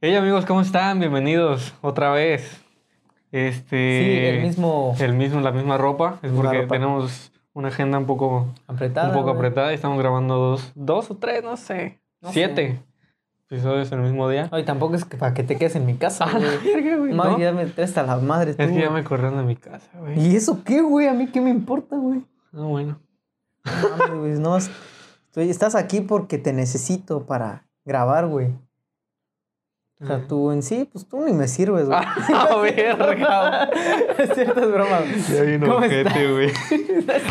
Hey amigos, ¿cómo están? Bienvenidos otra vez. Este, Sí, el mismo el mismo- la misma ropa. Es Misma porque ropa. tenemos una agenda un poco, apretado. un poco apretada y estamos grabando dos, dos o tres, no sé, No siete episodios en el mismo día. Ay, tampoco es que para que te quedes en mi casa, A la güey. verga, güey, Madre, Ah, ¿no? ya me traes a la madre tú. Es que ya güey. me corrieron de mi casa, güey. ¿Y eso qué, güey? ¿A mí qué me importa, güey? Ah, bueno. No mames, güey, no más- estoy- estás aquí porque te necesito para grabar, güey. O sea, tú en sí, pues tú ni me sirves, güey. Ah, verga. Es cierto, es broma. güey. Ya bien ¿Cómo ojete, güey.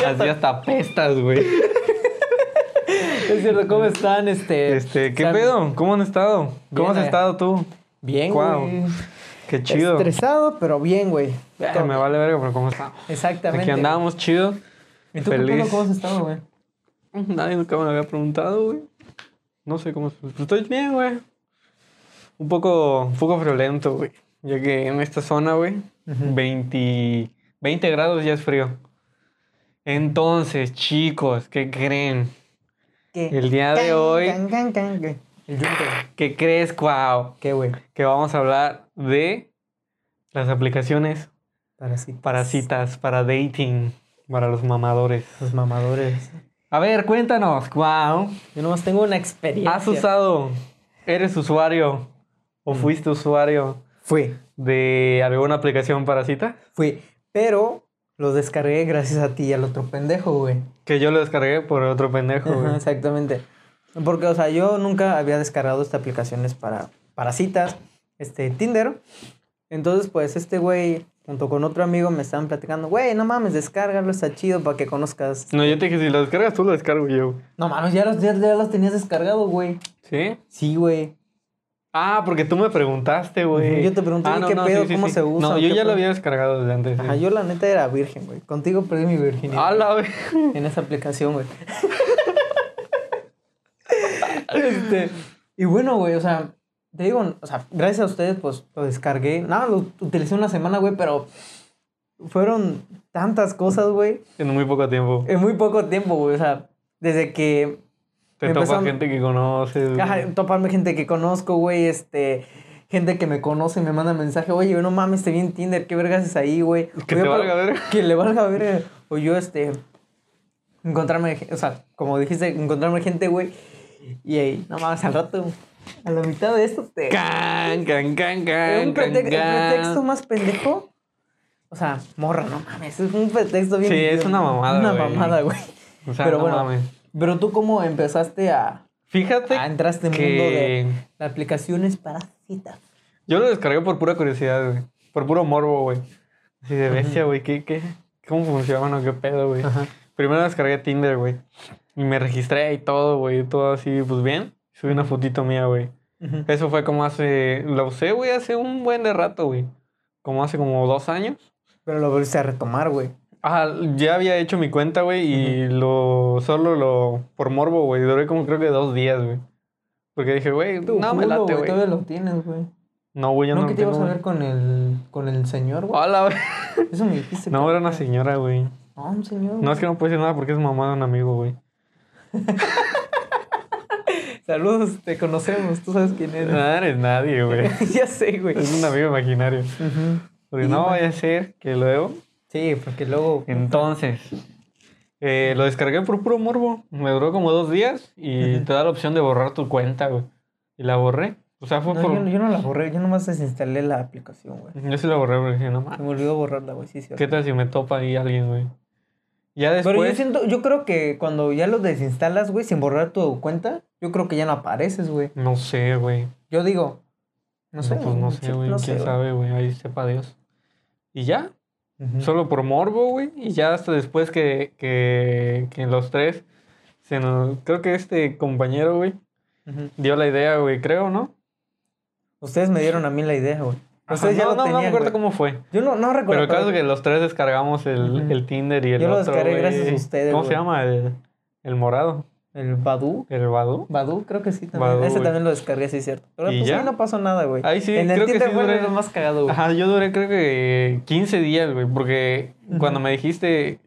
Así hasta pestas, güey. Eh, Es cierto, ¿cómo están? Este, Este, ¿qué sean- pedo? ¿Cómo han estado? ¿Cómo Bien, has eh. estado tú? Bien, Guau, güey. Qué chido. Estresado, pero bien, güey. Eh, Todo- me vale verga, pero ¿cómo estamos? Exactamente. Aquí andamos chido. ¿Y tú qué feliz. pedo? ¿Cómo has estado, güey? Nadie nunca me lo había preguntado, güey. No sé cómo. pues Estoy bien, güey. Un poco, un poco friolento, güey. Ya que en esta zona, güey, 20, 20 grados ya es frío. Entonces, chicos, ¿qué creen? ¿Qué? El día de hoy- Can, can, can, ¿qué? El yunque. ¿Qué crees, Cuau? ¿Qué, güey? Que vamos a hablar de las aplicaciones Parasitas. para citas, para dating, para los mamadores. Los mamadores. A ver, cuéntanos, Cuau. Yo nomás tengo una experiencia. ¿Has usado, eres usuario o Mm. fuiste usuario Fui, de alguna aplicación para cita? fui. Pero lo descargué gracias a ti y al otro pendejo, güey. Que yo lo descargué por otro pendejo, güey. Ajá, Exactamente. Porque, o sea, yo nunca había descargado estas aplicaciones para, para citas, este, Tinder. Entonces, pues, este güey, junto con otro amigo, me estaban platicando, güey, no mames, descárgalo, está chido para que conozcas. No, yo te dije, si lo descargas tú, lo descargo yo. No mames, ya los, ya, ya los tenías descargado, güey. ¿Sí? Sí, güey. Ah, porque tú me preguntaste, güey. Ujú, yo te pregunté, Ah, ¿y qué pedo? ¿Cómo se usa? No, ¿O yo ya qué lo pedo? había descargado desde antes. Ajá, yo la neta era virgen, güey. Contigo perdí mi virginidad. A la vez. en esa aplicación, güey. Este, y bueno, güey, o sea, te digo, o sea, gracias a ustedes, pues lo descargué. Nada, lo utilicé una semana, güey, pero fueron tantas cosas, güey, En muy poco tiempo. en muy poco tiempo, güey. O sea, desde que Te me topa empezaron- gente que conoces. güey. Ajá, toparme gente que conozco, güey, este... Gente que me conoce me manda mensaje, oye, no mames, te vi en Tinder, qué vergas es ahí, güey. Que O yo te pa- valga verga. Que le valga verga. O yo, este... Encontrarme, o sea, como dijiste, encontrarme gente, güey. Y ahí, no mames, al rato, a la mitad de esto te... Can, can, can, can, Un prete- can, el can. pretexto más pendejo. O sea, morra, no mames, es un pretexto bien... Sí, es una mamada, Una güey. mamada, güey. O sea, pero no bueno, mames. pero tú cómo empezaste a... Fíjate Ah, entraste en que- mundo de las aplicaciones para citas. Yo lo descargué por pura curiosidad, güey. Por puro morbo, güey. Así de bestia, güey. ¿Qué, qué? ¿Cómo funciona? ¿Qué pedo, güey? Ajá. Primero descargué Tinder, güey. Y me registré y todo, güey. Todo así, pues bien. Subí una fotito mía, güey. Eso fue como hace... La usé, güey, hace un buen de rato, güey. Como hace como dos años. Pero lo volviste a retomar, güey. Ajá, ya había hecho mi cuenta, güey. Y lo... Solo lo... Por morbo, güey. Duré como creo que dos días, güey. Porque dije, güey, Tu no me culo, late, güey. Todavía lo tienes, güey. No, güey, yo no, No, no que lo te ibas tengo, a güey. ver con el, con el señor, güey. Hola, güey. Eso me dijiste. No, que- era una señora, güey. No, un señor. No, es que no puedo decir nada porque es mamá de un amigo, güey. güey. Saludos, te conocemos, tú sabes quién eres. No eres nadie, Ah, güey. ya sé, güey. Es un amigo imaginario. Ujú. Porque no vaya a ser que luego... Sí, porque luego. Entonces, eh, lo descargué por puro morbo. Me duró como dos días y te da la opción de borrar tu cuenta, güey. Y la borré. O sea, fue No, por... yo, Yo, yo no la borré, yo nomás desinstalé la aplicación, güey. sí la borré porque dije, no mames. Se me olvidó borrarla, güey. Sí, sí. ¿Qué tal si me topa ahí alguien, güey? Ya después... Pero yo siento, yo creo que cuando ya lo desinstalas, güey, sin borrar tu cuenta, yo creo que ya no apareces, güey. No sé, güey. Yo digo. No sé. Pues no sé, güey. no sé, ¿Quién güey. sabe, güey? Ahí sepa Dios. Y ya, Ujú. Solo por morbo, güey. Y ya hasta después que, que, que los tres, se nos- creo que este compañero, güey, Ujú. dio la idea, güey, creo, ¿no? Ustedes me dieron a mí la idea, güey. Ajá, Ustedes ya no, lo no, no tenían, me acuerdo güey. cómo fue. Yo no, no recuerdo. Pero el caso es pero- que los tres descargamos el, Ujú. el Tinder y el Yo lo otro, descargué güey. gracias a ustedes, ¿Cómo se güey. llama? El, el morado. El Badu. El Badu. Badu, creo que sí también. Badoo, Ese güey. también lo descargué, sí, cierto. Pero ¿Y pues ya? ahí no pasó nada, güey. Ahí sí, en el creo que Tinder sí fue duré- lo más cagado, güey. Ajá, yo duré creo que 15 días, güey, porque cuando me dijiste,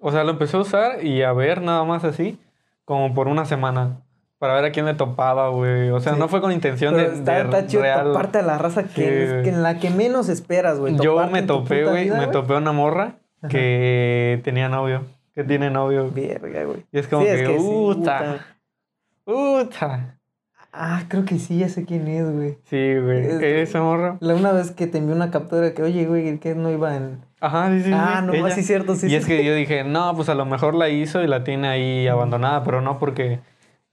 o sea, lo empecé a usar y a ver nada más así, como por una semana. para ver a quién le topaba, güey. O sea, Sí. no fue con intención Pero de, está, de está chido real. toparte a la raza que, Sí, es- que güey. en la que menos esperas, güey. Yo toparte me en tu topé, puta güey, vida, me topé a una morra que tenía novio, que tiene novio. Verga, güey. Y es como que, sí, "Uta". puta. ¡Puta! Ah, creo que sí, ya sé quién es, güey. Sí, güey. Este- Esa morra. La una vez que te envió una captura que, oye, güey, que no iba en. Ajá, sí, sí. ah, sí, no, ella. sí, cierto, sí. y sí. es que yo dije, no, pues a lo mejor la hizo y la tiene ahí abandonada, pero no porque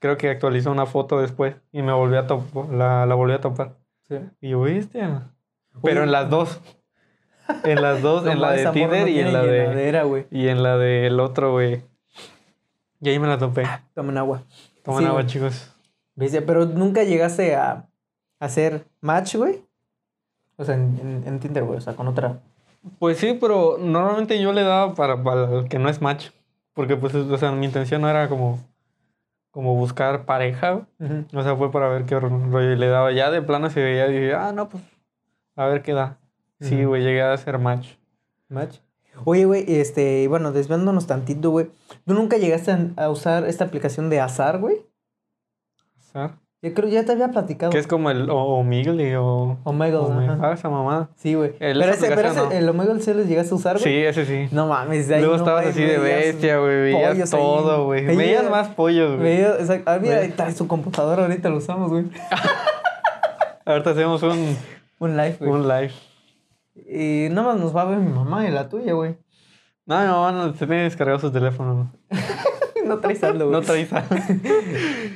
creo que actualizó una foto después y me volví a topo- la, la volví a topar. Sí. Y yo, ¿viste? Pero Oye. en las dos. En las dos, No en la mames, de esa morra Tinder no y en tiene la de. llenadera, güey. Y en la del otro, güey. Y ahí me la topé. Tomen agua. Tomen Sí, agua, güey. chicos. ¿Ves? Ya, Pero nunca llegaste a, a hacer match, güey. O sea, en, en- en Tinder, güey. O sea, con otra. Pues sí, pero normalmente yo le daba para, para el que no es match. Porque, pues, o sea, mi intención no era como, como buscar pareja. güey. O sea, fue para ver qué rollo y le daba. Ya de plano se veía y dije, ah, no, pues, a ver qué da. Sí, Ujú. güey, llegué a ser match. Match. Oye, güey, este, bueno, desviándonos tantito, güey. ¿Tú nunca llegaste a, a usar esta aplicación de azar, güey? ¿Sabes? Yo creo que ya te había platicado. Que es como el o- Omegle o... Omegle, Omegle. ajá. Ah, esa mamada. Sí, güey. El- esa Pero, ese, pero aplicación, ese- ¿no? el Omegle sí los llegaste a usar, güey. Sí, ese sí. No mames, de ahí Luego no, estabas güey, así de veías bestia, güey. Veías pollos ahí. todo, güey. Veía- Veías más pollos, güey. veía- o sea, ah, mira, Veía- ahí trae su computadora, ahorita lo usamos, güey. Ahorita hacemos un, Un live, güey. un live. Y nada más nos va a ver mi mamá y la tuya, güey. No, mi mamá no se tiene descargado su teléfono. No traes algo, güey. No traes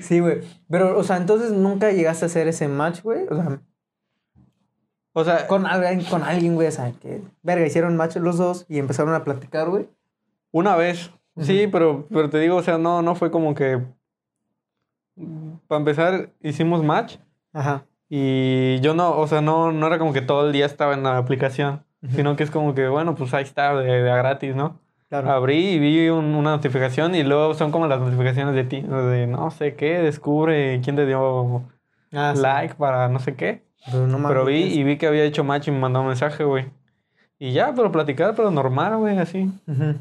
Sí, güey. Pero, o sea, entonces nunca llegaste a hacer ese match, güey. O sea, O sea, con alguien, con alguien, güey. O sea, que, verga, hicieron match los dos y empezaron a platicar, güey. una vez. Sí, Ujú. pero, pero te digo, o sea, no, no fue como que. Para empezar, hicimos match. Ajá. Y yo no, o sea, no, no era como que todo el día estaba en la aplicación. Sino que es como que, bueno, pues ahí está, de, de a gratis, ¿no? Claro. Abrí y vi un- una notificación y luego son como las notificaciones de ti, de no sé qué, descubre quién te dio Ah, sí. like para no sé qué. Pero no mames. Pero vi es- y vi que había hecho match y me mandó un mensaje, güey. Y ya, pero platicar, pero normal, güey, así. Ujú.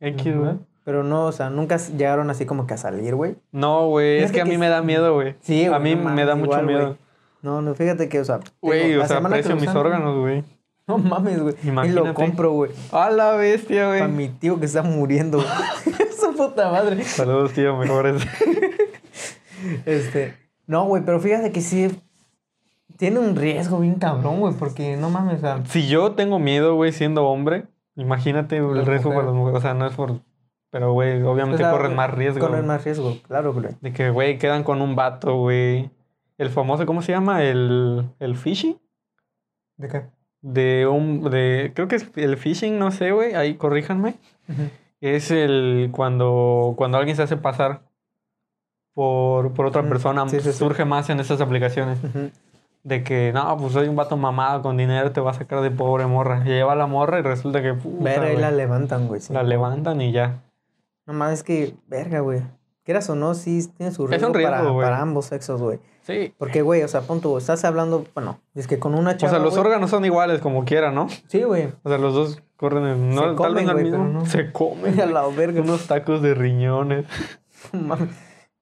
X, güey. Pero no, o sea, nunca s- llegaron así como que a salir, güey. No, güey, es Fíjate que a que mí es- me da miedo, güey. Sí, A mí güey, no me da mames, mucho igual, miedo. No, no, fíjate que, o sea. Güey, digo, o la sea, semana que aprecio lo mis usaron- órganos, güey. No mames, güey. Y lo Imagínate. compro, güey. A la bestia, Para güey. mi tío que está muriendo, güey. Su puta madre. Saludos, tío, mejores. Este. No, güey, pero fíjate que sí. Tiene un riesgo bien cabrón, güey, porque no mames, o sea. si yo tengo miedo, güey, siendo hombre, imagínate el Las riesgo para mujeres. las mujeres. O sea, no es por. Pero, güey, o obviamente sea, corren güey, más riesgo. Corren más riesgo, claro, güey. De que, güey, quedan con un vato, güey. El famoso, ¿cómo se llama? El, el fishy. ¿De qué? De un. De, creo que es el phishing, no sé, güey. Ahí corríjanme. Es el cuando, cuando alguien se hace pasar por, por otra Ujú, persona. sí, sí, sí. surge más en esas aplicaciones. De que, no, pues soy un vato mamado con dinero, te va a sacar de pobre morra. Lleva la morra y resulta que. puta, Verga, ahí güey, la levantan, güey. sí. la levantan y ya. No mames, que, verga, güey. Quieras o no, sí tiene su un riesgo, para- riesgo, güey. para, ambos sexos, güey. Sí. Porque, güey, o sea, pon tú, estás hablando, bueno, es que con una O chava. sea, los güey- órganos son iguales, como quiera, ¿no? Sí, güey. O sea, los dos corren. en- No, Se tal comen, vez al güey, mismo. pero no. Se comen. A güey. la verga. Unos tacos de riñones. No mames.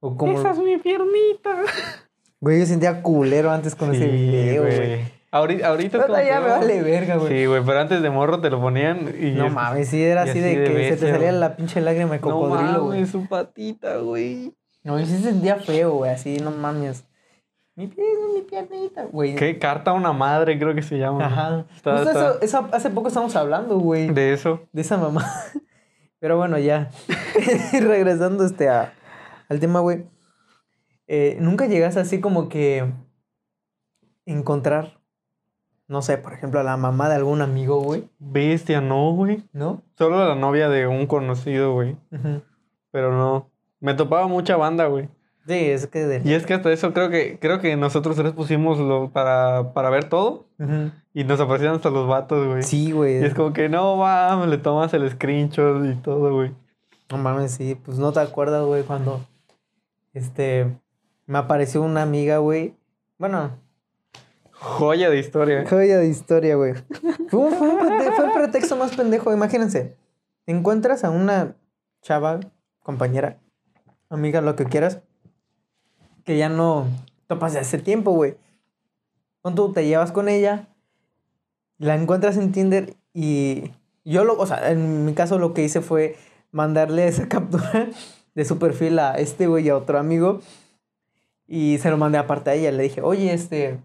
O como. Esa es mi piernita. Güey, yo sentía culero antes con ese video, güey. Ahorita, ahorita es Ahorita como ya que, me oh, vale verga, güey. Sí, güey, pero antes de morro te lo ponían y. no es- mames, sí era y así así de de que se bestia, te salía güey. la pinche lágrima de No cocodrilo, güey. mames, su patita, güey. No, yo sí sentía feo, güey, así, no mames. Mi pierna, mi piernita, güey. ¿Qué? Carta a una madre, creo que se llama. Eh. Ajá. Está- Justo está- eso, eso hace poco estamos hablando, güey, de... De eso. esa mamá. Pero bueno, ya. Regresando este a, al tema, güey. Eh, Nunca llegas así como que encontrar, no sé, por ejemplo, a la mamá de algún amigo, güey, Bestia, no, güey. ¿no? Solo la novia de un conocido, güey. Ujú. Pero no. Me topaba mucha banda, güey. Sí, es que de... Y es que hasta eso creo que, creo que nosotros tres pusimos lo, para, para ver todo. Ujú. Y nos aparecieron hasta los vatos, güey. Sí, Y güey. es como que no mames, le tomas el screenshot y todo, güey. No mames, sí, pues no te acuerdas, güey, cuando este me apareció una amiga, güey. Bueno, Joya de historia. joya de historia, güey. Fue, un- fue un prete- fue el pretexto más pendejo, imagínense. Te encuentras a una chava, compañera, amiga, lo que quieras, que ya no topas de hace tiempo, güey. Pon tú te llevas con ella, la encuentras en Tinder y yo lo, o sea, en mi caso lo que hice fue mandarle esa captura de su perfil a este güey y a otro amigo y se lo mandé aparte a ella, le dije, "Oye, este,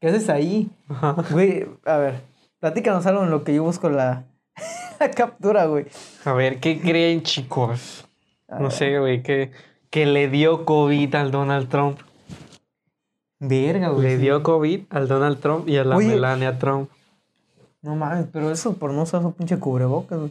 ¿qué haces ahí?" Ajá. Güey, a ver, platícanos algo en lo que yo busco la, la captura, güey. A ver, ¿qué creen, chicos? A No ver. sé, güey, que, que le dio COVID al Donald Trump. Verga, güey. Le sí. dio COVID al Donald Trump y a la Oye. Melania Trump. No mames, pero eso por no usar su pinche cubrebocas, güey.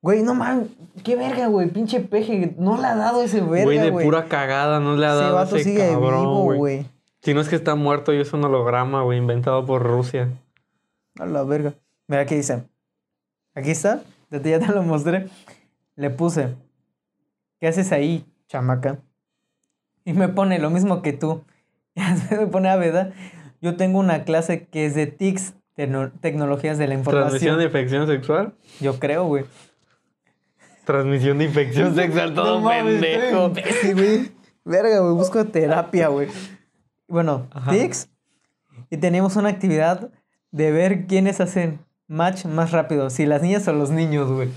Güey, no mames, qué verga, güey, pinche peje, no le ha dado ese verga, Güey, güey. de pura cagada, no le ha Ese dado vato ese sigue cabrón, vivo, güey. güey. Si no es que está muerto y es un holograma, güey, inventado por Rusia. A la verga. Mira qué dice. Aquí está, ya te, ya te lo mostré. Le puse, ¿qué haces ahí, chamaca? Y me pone lo mismo que tú. Y me pone a verdad, yo tengo una clase que es de TICS, tecno- tecnologías de la Transmisión información. de infección sexual. Yo creo, güey. Transmisión de infección sexual, todo mames, pendejo. estoy imbécil, güey. Verga, güey, busco terapia, güey. Bueno, Ajá. tics. Y tenemos una actividad de ver quiénes hacen match más rápido, si las niñas o los niños, güey.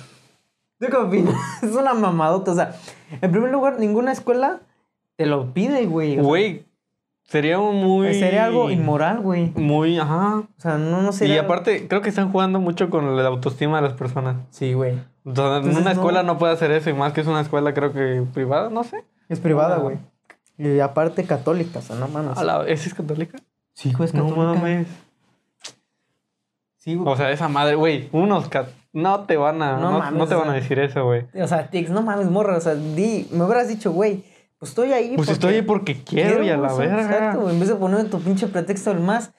¿Tú qué opinas? Es una mamadota, o sea, en primer lugar, ninguna escuela te lo pide, güey. O sea, Güey, sería un muy. Sería algo inmoral, güey. Muy, ajá. O sea, no, no sería... Y aparte, creo que están jugando mucho con la autoestima de las personas. Sí, güey. O sea, en Entonces, una no. escuela no. puede hacer eso, y más que es una escuela, creo que privada, no sé. Es privada, Ah. güey. Y aparte católica, o sea, no mames. A la- ¿Esa es católica? Sí, güey, es No católica. mames. Sí, güey. O sea, esa madre, güey, unos cat... No te van a, no, No no mames, te o van a sea. decir eso, güey. O sea, Tix, no mames, morra. O sea, di, me hubieras dicho, güey, pues estoy ahí. Pues estoy ahí porque quiero, y a la güey, verga. Exacto, güey. En vez de poner tu pinche pretexto el más.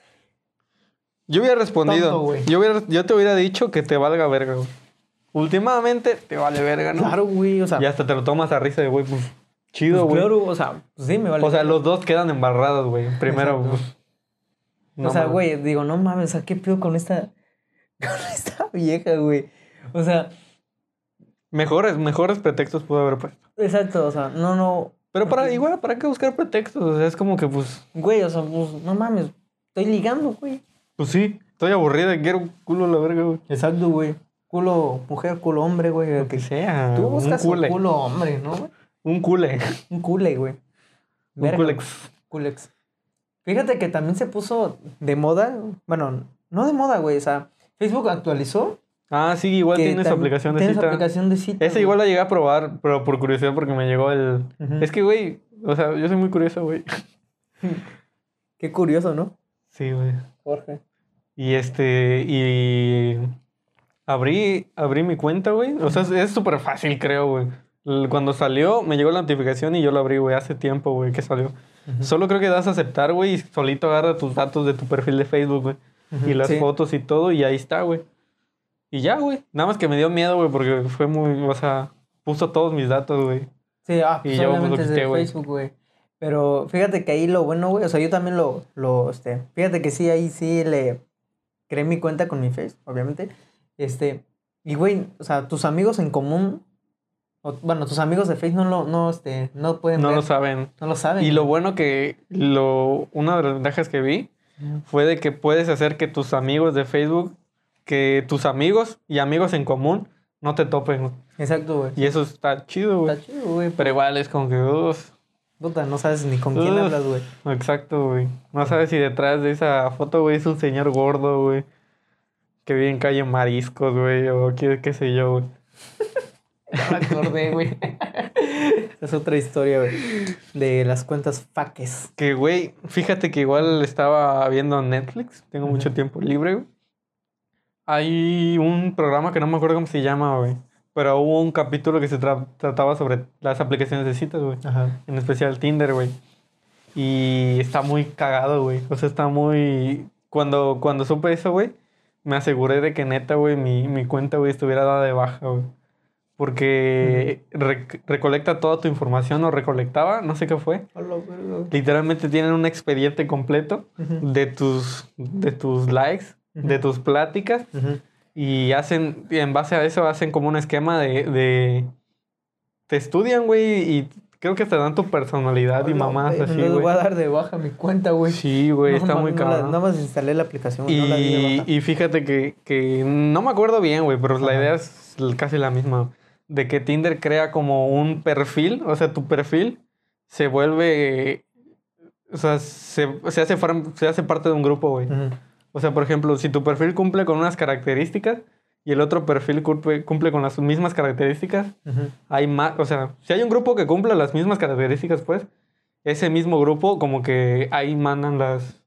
Yo hubiera respondido. Tonto, güey. yo, hubiera- yo te hubiera dicho que te valga verga, güey. Últimamente te vale verga, ¿no? Claro, güey. O sea, Y hasta te lo tomas a risa de, güey, pues chido, pues, güey. claro, o sea, pues sí, me vale. o sea, los dos quedan embarrados, güey. Primero, Exacto. pues. no o sea, mames. güey, digo, no mames, o sea, ¿qué pedo con esta. con esta vieja, güey? O sea, Mejores, mejores pretextos pudo haber puesto. exacto, o sea, no, no. Pero para, igual, ¿para qué buscar pretextos? O sea, es como que, pues, Güey, o sea, pues no mames, estoy ligando, güey. pues sí, estoy aburrida, quiero un culo a la verga, güey. Exacto, güey. Culo mujer, culo hombre, güey. Lo que sea. Tú buscas un un cule. culo hombre, ¿no, güey? Un cule. Un cule, güey. Un Verga, culex. Culex. Fíjate que también se puso de moda. Bueno, no de moda, güey. O sea, Facebook actualizó. Ah, sí, igual que tiene su tam- aplicación de tiene su cita. aplicación de cita. Esa güey. igual la llegué a probar, pero por curiosidad, porque me llegó el. Ujú. Es que, güey, o sea, yo soy muy curioso, güey. Qué curioso, ¿no? Sí, güey. Jorge. Y este, y. Abrí, abrí mi cuenta, güey. O sea, es- es súper fácil, creo, güey. L- Cuando salió, me llegó la notificación y yo la abrí, güey, hace tiempo, güey, que salió. Solo creo que das a aceptar, güey, y solito agarra tus datos de tu perfil de Facebook, güey. Y las sí. fotos y todo, y ahí está, güey. Y ya, güey. Nada más que me dio miedo, güey, porque fue muy, o sea, puso todos mis datos, güey. Sí, ah, Y pues yo, pues, lo obviamente es de quité, güey. Facebook, güey. Pero fíjate que ahí lo bueno, güey. O sea, yo también lo, lo, este, fíjate que sí, ahí sí le creé mi cuenta con mi Face, obviamente. Este, y güey, o sea, tus amigos en común, o- bueno, tus amigos de Face no lo, no, este, no pueden No ver, lo saben. no lo saben. Y lo bueno que lo una de las ventajas que vi fue de que puedes hacer que tus amigos de Facebook, que tus amigos y amigos en común no te topen. güey. Exacto, güey. Y eso está chido, güey. Está chido, güey. Pero igual es como que, uf, Puta, no sabes ni con quién Uf. hablas, güey. exacto, güey. No sabes si detrás de esa foto, güey, es un señor gordo, güey. Que vive en calle Mariscos, güey, o qué, qué sé yo, güey. No me acordé, güey. es otra historia, güey. De las cuentas faques. Que, güey, fíjate que igual estaba viendo Netflix. Tengo mucho Ujú. tiempo libre, güey. Hay un programa que no me acuerdo cómo se llama, güey. Pero hubo un capítulo que se tra- trataba sobre las aplicaciones de citas, güey. Ajá. En especial Tinder, güey. Y está muy cagado, güey. O sea, está muy... Cuando, cuando supe eso, güey, me aseguré de que neta, güey, mi, mi cuenta, güey, estuviera dada de baja, güey. Porque rec- recolecta toda tu información o recolectaba, no sé qué fue. Literalmente tienen un expediente completo de tus, de tus likes, de Ujú. tus pláticas y hacen, y en base a eso hacen como un esquema de, de- te estudian, güey, y Creo que te dan tu personalidad y No, mamás güey, así, Les voy a güey. dar de baja mi cuenta, güey. Sí, güey, No, está ma- muy no la- cabrón. Nada más instalé la aplicación, güey, no la di de Y, baja. y fíjate que, que no me acuerdo bien, güey, pero la Ajá. idea es l- casi la misma. De que Tinder crea como un perfil, o sea, tu perfil se vuelve, o sea, se, se hace, far- se hace parte de un grupo, güey. Ujú. O sea, por ejemplo, si tu perfil cumple con unas características y el otro perfil cumple, cumple con las mismas características, Ujú. hay más, o sea, si hay un grupo que cumple las mismas características, pues, ese mismo grupo como que ahí mandan las,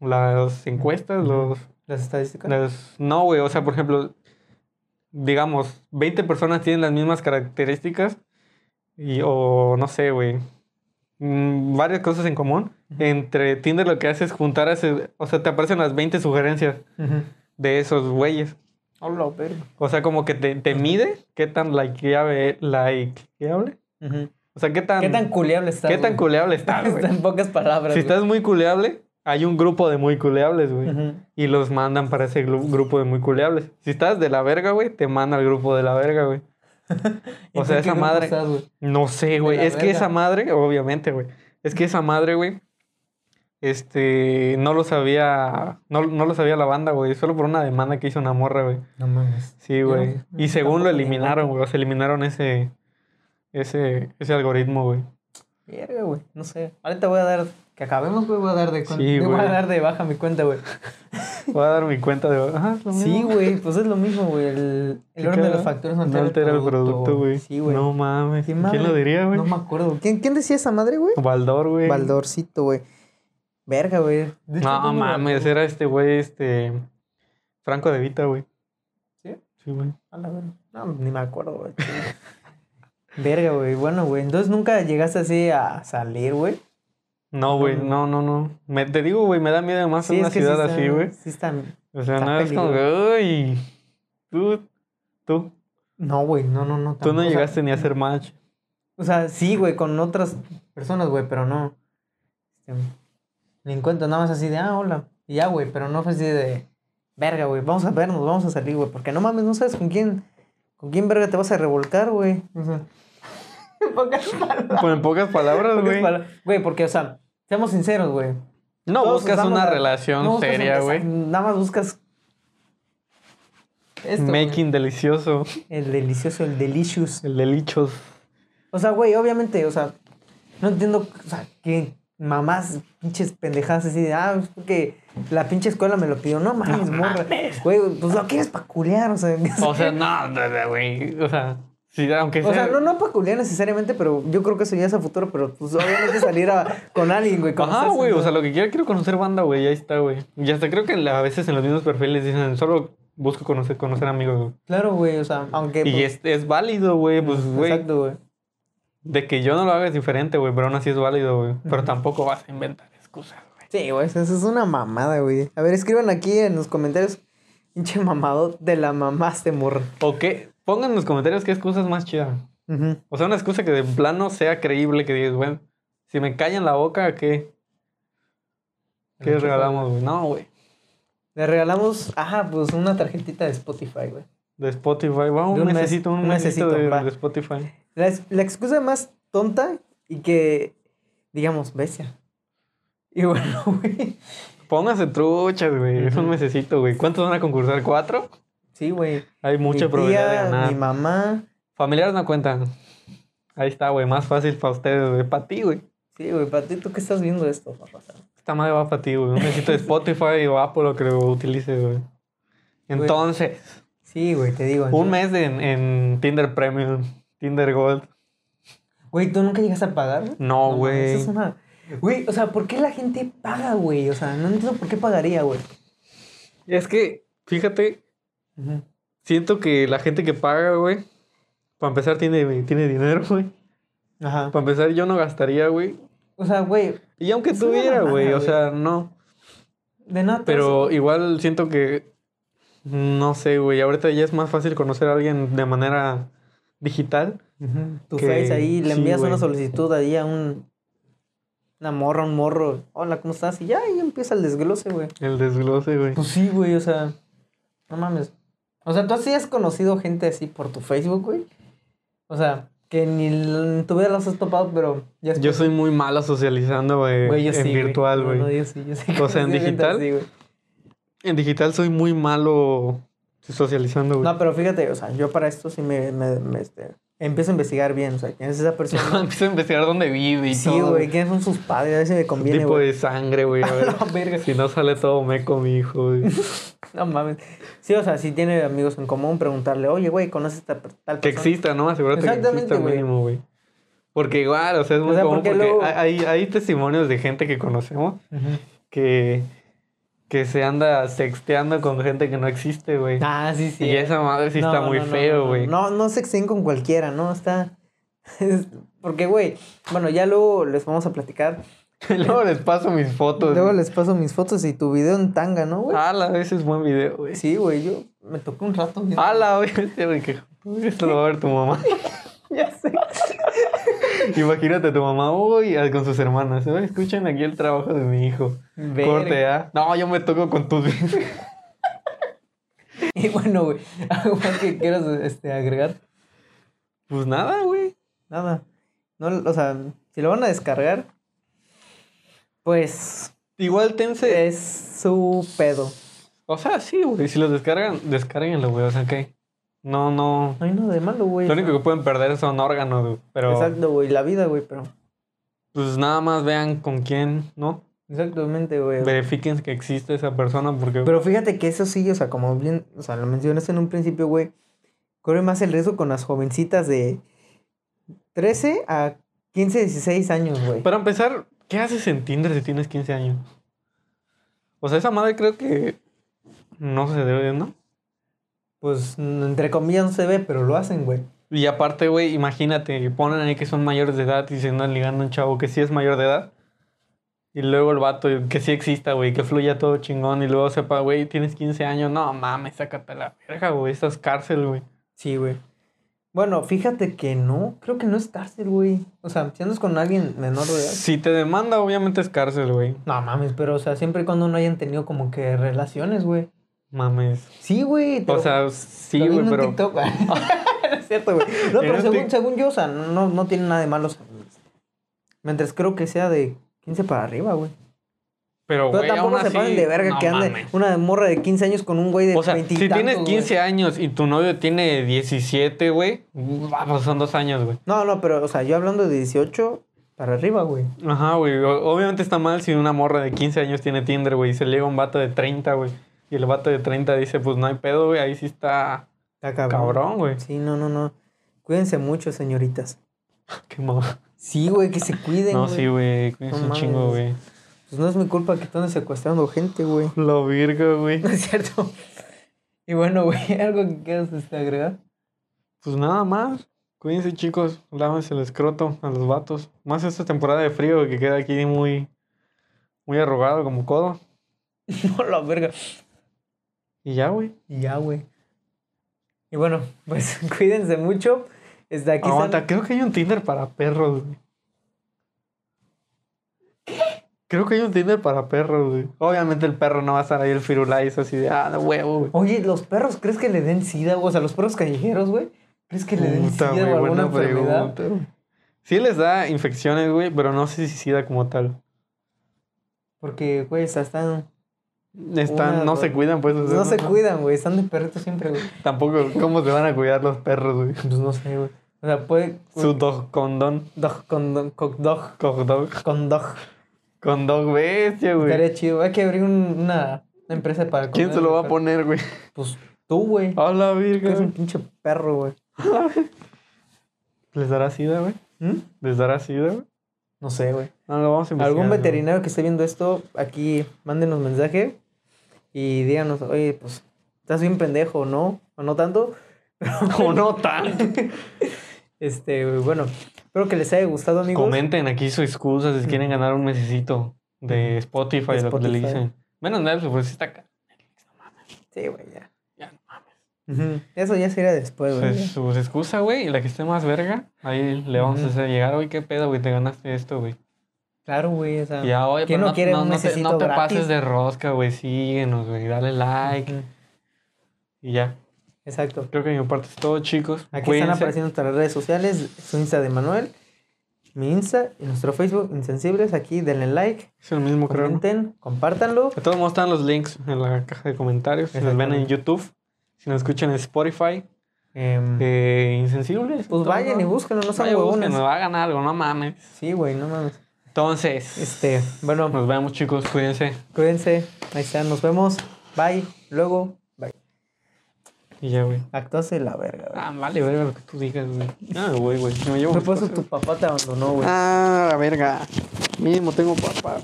las encuestas, los, Las estadísticas. las- no, güey, o sea, por ejemplo, digamos, 20 personas tienen las mismas características y, o no sé, güey, mm, varias cosas en común. Entre Tinder lo que hace es juntar, a ese- o sea, te aparecen las 20 sugerencias Ujú. de esos güeyes. Hola, verga. O sea, como que te, te mide qué tan likeable, likeable. Ujú. O sea, qué tan, ¿Qué tan culeable estás? qué tan güey? culeable estás, güey. Está en pocas palabras. Si güey. estás muy culeable, hay un grupo de muy culeables, güey. Ujú. Y los mandan para ese gru- grupo de muy culeables. Si estás de la verga, güey, te manda al grupo de la verga, güey. ¿Y O tú sea, en qué esa grupo madre. estás, güey? No sé, güey. la Es que verga. esa madre, obviamente, güey. Es que esa madre, güey. Este. No lo sabía. No, no lo sabía la banda, güey. Solo por una demanda que hizo una morra, güey. No mames. Sí, güey. no- Y según lo tampoco me eliminaron, güey. O sea, eliminaron ese. Ese, ese algoritmo, güey. Verga, güey. No sé. Ahorita voy a dar. Que acabemos, güey. Voy a dar de cuenta. Sí, voy a güey. dar de baja mi cuenta, güey. Voy a dar mi cuenta de. Ajá, es lo Sí, mismo. güey. Pues es lo mismo, güey. El, el orden de los factores no altera el producto, güey. Sí, güey. No mames. Qué ¿Quién madre. lo diría, güey? No me acuerdo. ¿Quién, quién decía esa madre, güey? Baldor, güey. Valdorcito, güey. Verga, güey. De hecho, No tengo mames, Baldor. era este güey, este. Franco de Vita, güey. ¿Sí? Sí, güey. A la verga. No, ni me acuerdo, güey. Verga, güey. Bueno, güey. Entonces nunca llegaste así a salir, güey. No, güey, no, no, no. Me, te digo, güey, me da miedo más una ciudad está- así, güey. Sí, están. O sea, está no es como que, uy, tú, tú, No, güey. No, no, no. tú tampoco, o no sea, llegaste ni a hacer match. O sea, sí, güey, con otras personas, güey, pero no. Este, me encuentro nada más así de, ah, hola. Y ya, güey, pero no fue así de, verga, güey, vamos a vernos, vamos a salir, güey, porque no mames, no sabes con quién, con quién verga te vas a revolcar, güey. O sea, en pocas palabras, Pues en pocas palabras, pocas güey. palabras. Güey, porque, o sea, seamos sinceros, güey. No Todos buscas usamos una la- relación no buscas seria, empezar, güey. Nada más buscas. Esto, güey. Making delicioso. El delicioso, el delicious. El delichos. O sea, güey, obviamente, o sea, no entiendo, o sea, que mamás, pinches pendejadas así de, ah, es porque la pinche escuela me lo pidió. No mames, morra. Güey, pues lo quieres pa' culear, o sea. O sea, no, no, no, güey. O sea, sí, aunque sea. O sea, no, no pa' culear necesariamente, pero yo creo que eso ya es a futuro, pero pues obviamente salir a- con alguien, güey. Ajá, conocerse, güey. ¿no? O sea, lo que quiero, quiero conocer banda, güey. Ahí está, güey. Y hasta creo que en la- a veces en los mismos perfiles dicen, solo busco conocer, conocer amigos. güey. Claro, güey, o sea, aunque. Y pues, es, es válido, güey. Pues, güey. Exacto, güey. De que yo no lo haga es diferente, güey. Pero aún así es válido, güey. Pero tampoco vas a inventar excusas, güey. Sí, güey, eso es una mamada, güey. A ver, escriban aquí en los comentarios, pinche mamado de la mamaste, morra. O que pongan en los comentarios qué excusas más chidas. Ujú. O sea, una excusa que de plano sea creíble, que digas, güey, si me callan la boca, ¿qué? Me ¿Qué chupa. regalamos, güey? No, güey. Le regalamos, ajá, pues una tarjetita de Spotify, güey. De Spotify. Vamos, De un un mes- necesito, un un mesecito mesecito, va. de, de Spotify. La, ex- la excusa más tonta y que, digamos, bestia. Y bueno, güey. Póngase truchas, güey. Es un Ujú. mesecito, güey. ¿Cuántos van a concursar? ¿Cuatro? Sí, güey. Hay mucha Mi probabilidad de tía, ganar. Mi mamá. Familiares no cuentan. Ahí está, güey. Más fácil para ustedes, güey. Para ti, güey. Sí, güey, para ti, ¿tú qué estás viendo esto, papá? Esta madre va para ti, güey. Un mesecito de Spotify o Apple, lo que lo utilices, güey. Entonces, Sí, güey, te digo. un mes en, en Tinder Premium, Tinder Gold. Güey, ¿tú nunca llegas a pagar? güey? No, mames, güey. eso es una- Güey, o sea, ¿por qué la gente paga, güey? O sea, no entiendo por qué pagaría, güey. Es que, fíjate, siento que la gente que paga, güey, para empezar tiene, tiene dinero, güey. Ajá. Para empezar, yo no gastaría, güey. O sea, güey, Y aunque Es una tuviera, mamada, güey, o güey. sea, no. de nada. te vas Pero igual siento que, no sé, güey, ahorita ya es más fácil conocer a alguien de manera digital. Tu que- face ahí, le sí, envías una güey. solicitud ahí a un. Una morra, un morro. Hola, ¿cómo estás? Y ya ahí empieza el desglose, güey. El desglose, güey. Pues sí, güey, o sea. No mames. O sea, tú sí has conocido gente así por tu Facebook, güey. O sea, que ni l- en tu vida los has topado, pero ya es- Yo soy muy malo socializando, güey. Güey, yo en sí, güey. virtual, No, güey. no, yo sí, yo sí. O sea, en Sí, neta, digital. sí, güey. En digital soy muy malo socializando, güey. No, pero fíjate, o sea, yo para esto sí me, me- me, este, empiezo a investigar bien, o sea, quién es esa persona. Empiezo a investigar dónde vive y sí, todo. güey, quiénes son sus padres, a ver si me Su conviene, tipo güey. de sangre, güey. a ver. La verga. si no sale todo meco, mi hijo, güey. No mames. Sí, o sea, si tiene amigos en común, preguntarle, oye, güey, ¿conoces esta per- tal persona? Que exista, ¿no? Asegúrate que Exactamente, exista güey. mínimo, güey. Porque igual, o sea, es muy sea, común porque porque, luego- hay, hay- hay testimonios de gente que conocemos Ujú. que, que se anda sexteando con gente que no existe, güey. Ah, sí, sí. y esa madre sí No, está no, muy no, no, feo, no, güey. No, no, sexen con cualquiera, ¿no? Está... es- Porque, güey, bueno, ya luego les vamos a platicar. Luego les paso mis fotos. Luego les paso mis fotos y tu video en tanga, ¿no, güey? Ah, la vez es buen video, güey. Sí, güey, yo me tocó un rato. güey. Ala, güey, este güey que- Esto lo va a ver tu mamá. Ya sé. Imagínate tu mamá, uy, ah, con sus hermanas. "Uy, Escuchen aquí el trabajo de mi hijo. Verga. Corte, ¿ah? No, yo me toco con tus. Y bueno, güey, algo más que quieras este, agregar. pues nada, güey. Nada. No, o sea, si lo van a descargar, pues Igual tense. es su pedo. O sea, sí, güey. Si los descargan, descarguenlo, güey. O sea, ¿qué? No, no. No hay nada de malo, güey. Lo único que pueden perder son órganos, güey. Pero. Exacto, güey, la vida, güey, pero. Pues nada más vean con quién, ¿no? Exactamente, güey. Verifiquen que existe esa persona porque. Eh. Pero fíjate que eso sí, o sea, como bien, o sea, lo mencionaste en un principio, güey, corre más el riesgo con las jovencitas de 13 a 15, 16 años, güey. Para empezar, ¿qué haces en Tinder si tienes 15 años? O sea, esa madre creo que no se debe, ¿no? Pues, mm, entre comillas, no se ve, pero lo hacen, güey. Y aparte, güey, imagínate, ponen ahí que son mayores de edad y se andan ligando a un chavo que sí es mayor de edad. Y luego el vato, que sí exista, güey, que fluya todo chingón. Y luego sepa, güey, tienes 15 años. No mames, sácate a la verga, güey. Estás cárcel, güey. Sí, güey. Bueno, fíjate que no, creo que no es cárcel, güey. O sea, si andas con alguien menor de edad. Si te demanda, obviamente es cárcel, güey. No mames, pero o sea, siempre y cuando no hayan tenido como que relaciones, güey. Mames. Sí, güey. te O lo- sea, te lo sí, vi en güey, un pero. TikTok, güey. No es cierto, güey. No, En pero un según, tic- según yo, o sea, no, no tiene nada de malo. o sea, mientras creo que sea de 15 para arriba, güey. Pero, Pero güey, tampoco aún se así, pasen de verga no que ande mames. una morra de 15 años con un güey de O sea, 20 y si tienes tantos, 15 güey. años y tu novio tiene 17, güey, vamos, son dos años, güey. No, no, pero, o sea, yo hablando de 18 para arriba, güey. Ajá, güey. o- Obviamente está mal si una morra de 15 años tiene Tinder, güey, y se llega un vato de 30, güey. Y el vato de 30 dice, pues no hay pedo, güey, ahí sí está Está cabrón, güey. Sí, no, no, no. Cuídense mucho, señoritas. Qué mamá. Sí, güey, que se cuiden. No, güey. sí, güey, es No un mames. chingo, güey. Pues no es mi culpa que estén secuestrando gente, güey. Lo virgo, güey. No es cierto. Y bueno, güey, ¿algo que quieras este, agregar? Pues nada más. Cuídense, chicos. Lávense el escroto a los vatos. Más esta temporada de frío güey, que queda aquí muy, muy arrugado como codo. No, la verga. Y ya, güey. Y ya, güey. Y bueno, pues cuídense mucho. Desde aquí Aguanta, están- creo que hay un Tinder para perros, güey. Creo que hay un Tinder para perros, güey. Obviamente el perro no va a estar ahí el firulais así de, ah, de huevo, güey. Oye, ¿los perros crees que le den sida? güey? O sea, los perros callejeros, güey. ¿Crees que le den Puta, sida güey, o alguna buena enfermedad? pregunta, güey. Sí les da infecciones, güey, pero no sé si sida como tal. Porque, güey, o sea, están... Están, Una, no dos. se cuidan, pues. o sea, No se cuidan, güey. Están de perrito siempre, güey. Tampoco, ¿cómo se van a cuidar los perros, güey? Pues no sé, güey. O sea, puede... Su dog condón. Dog, con dog, con dog, Con dog. con dog. Con dog bestia, güey. Estaría chido. Hay que abrir un- una empresa para... ¿Quién comer se lo va a perros. poner, Ah, güey? Pues tú, güey. A la Que eres virgen. un pinche perro, güey. ¿Les dará sida, güey? ¿Mm? ¿Les dará sida, güey? No sé, güey. No, Ah, lo vamos a investigar. Algún güey. veterinario que esté viendo esto, aquí mándenos mensaje y díganos, oye, pues, estás bien pendejo, o ¿no? O no tanto. O no tan. Este, güey, bueno, espero que les haya gustado, amigos. Comenten aquí sus excusas si quieren ganar un mesecito de Spotify, De lo que le Spotify. dicen. Menos Netflix, pues sí está acá. Sí, güey, ya. Ya, no Ujú. Eso ya sería después, güey. Entonces, sus excusas, pues, güey, y la que esté más verga, ahí le vamos a Ujú. hacer llegar, güey, qué pedo, güey, te ganaste esto, güey. Claro, güey, o sea. Ya, oye, ¿Quién pero no quiere un te- mesecito no te gratis? pases de rosca, güey, síguenos, güey, dale like Ujú. y ya. Exacto. Creo que de mi parte es todo, chicos. Aquí Cuídense. están apareciendo nuestras redes sociales, su Insta de Manuel, mi Insta y nuestro Facebook, Insensibles. Aquí denle like, Es el mismo, creo. ¿no? comenten, compártanlo. De todos modos están los links en la caja de comentarios. Si nos ven en YouTube, si nos escuchan en Spotify, Em, eh, insensibles. pues vayan y búsquenlo, no sean Vaya, huevones. búsquenlo, hagan algo, no mames. Sí, güey, no mames. Entonces, Este, bueno, nos vemos, chicos. Cuídense. cuídense. Ahí están, nos vemos. Bye. Luego, bye. Y ya, güey. Actose la verga, güey. Ah, vale, verga, lo que tú digas, güey. Ah, güey, güey. No llevo. Por mis supuesto, cosas. tu papá te abandonó, güey. Ah, la verga. Mínimo tengo papá.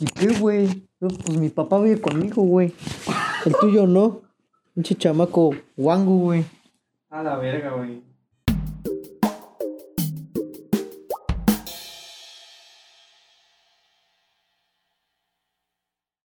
¿Y qué, güey? No, pues mi papá vive conmigo, güey. El tuyo no. Un chamaco guango, güey. Ah, la verga, güey.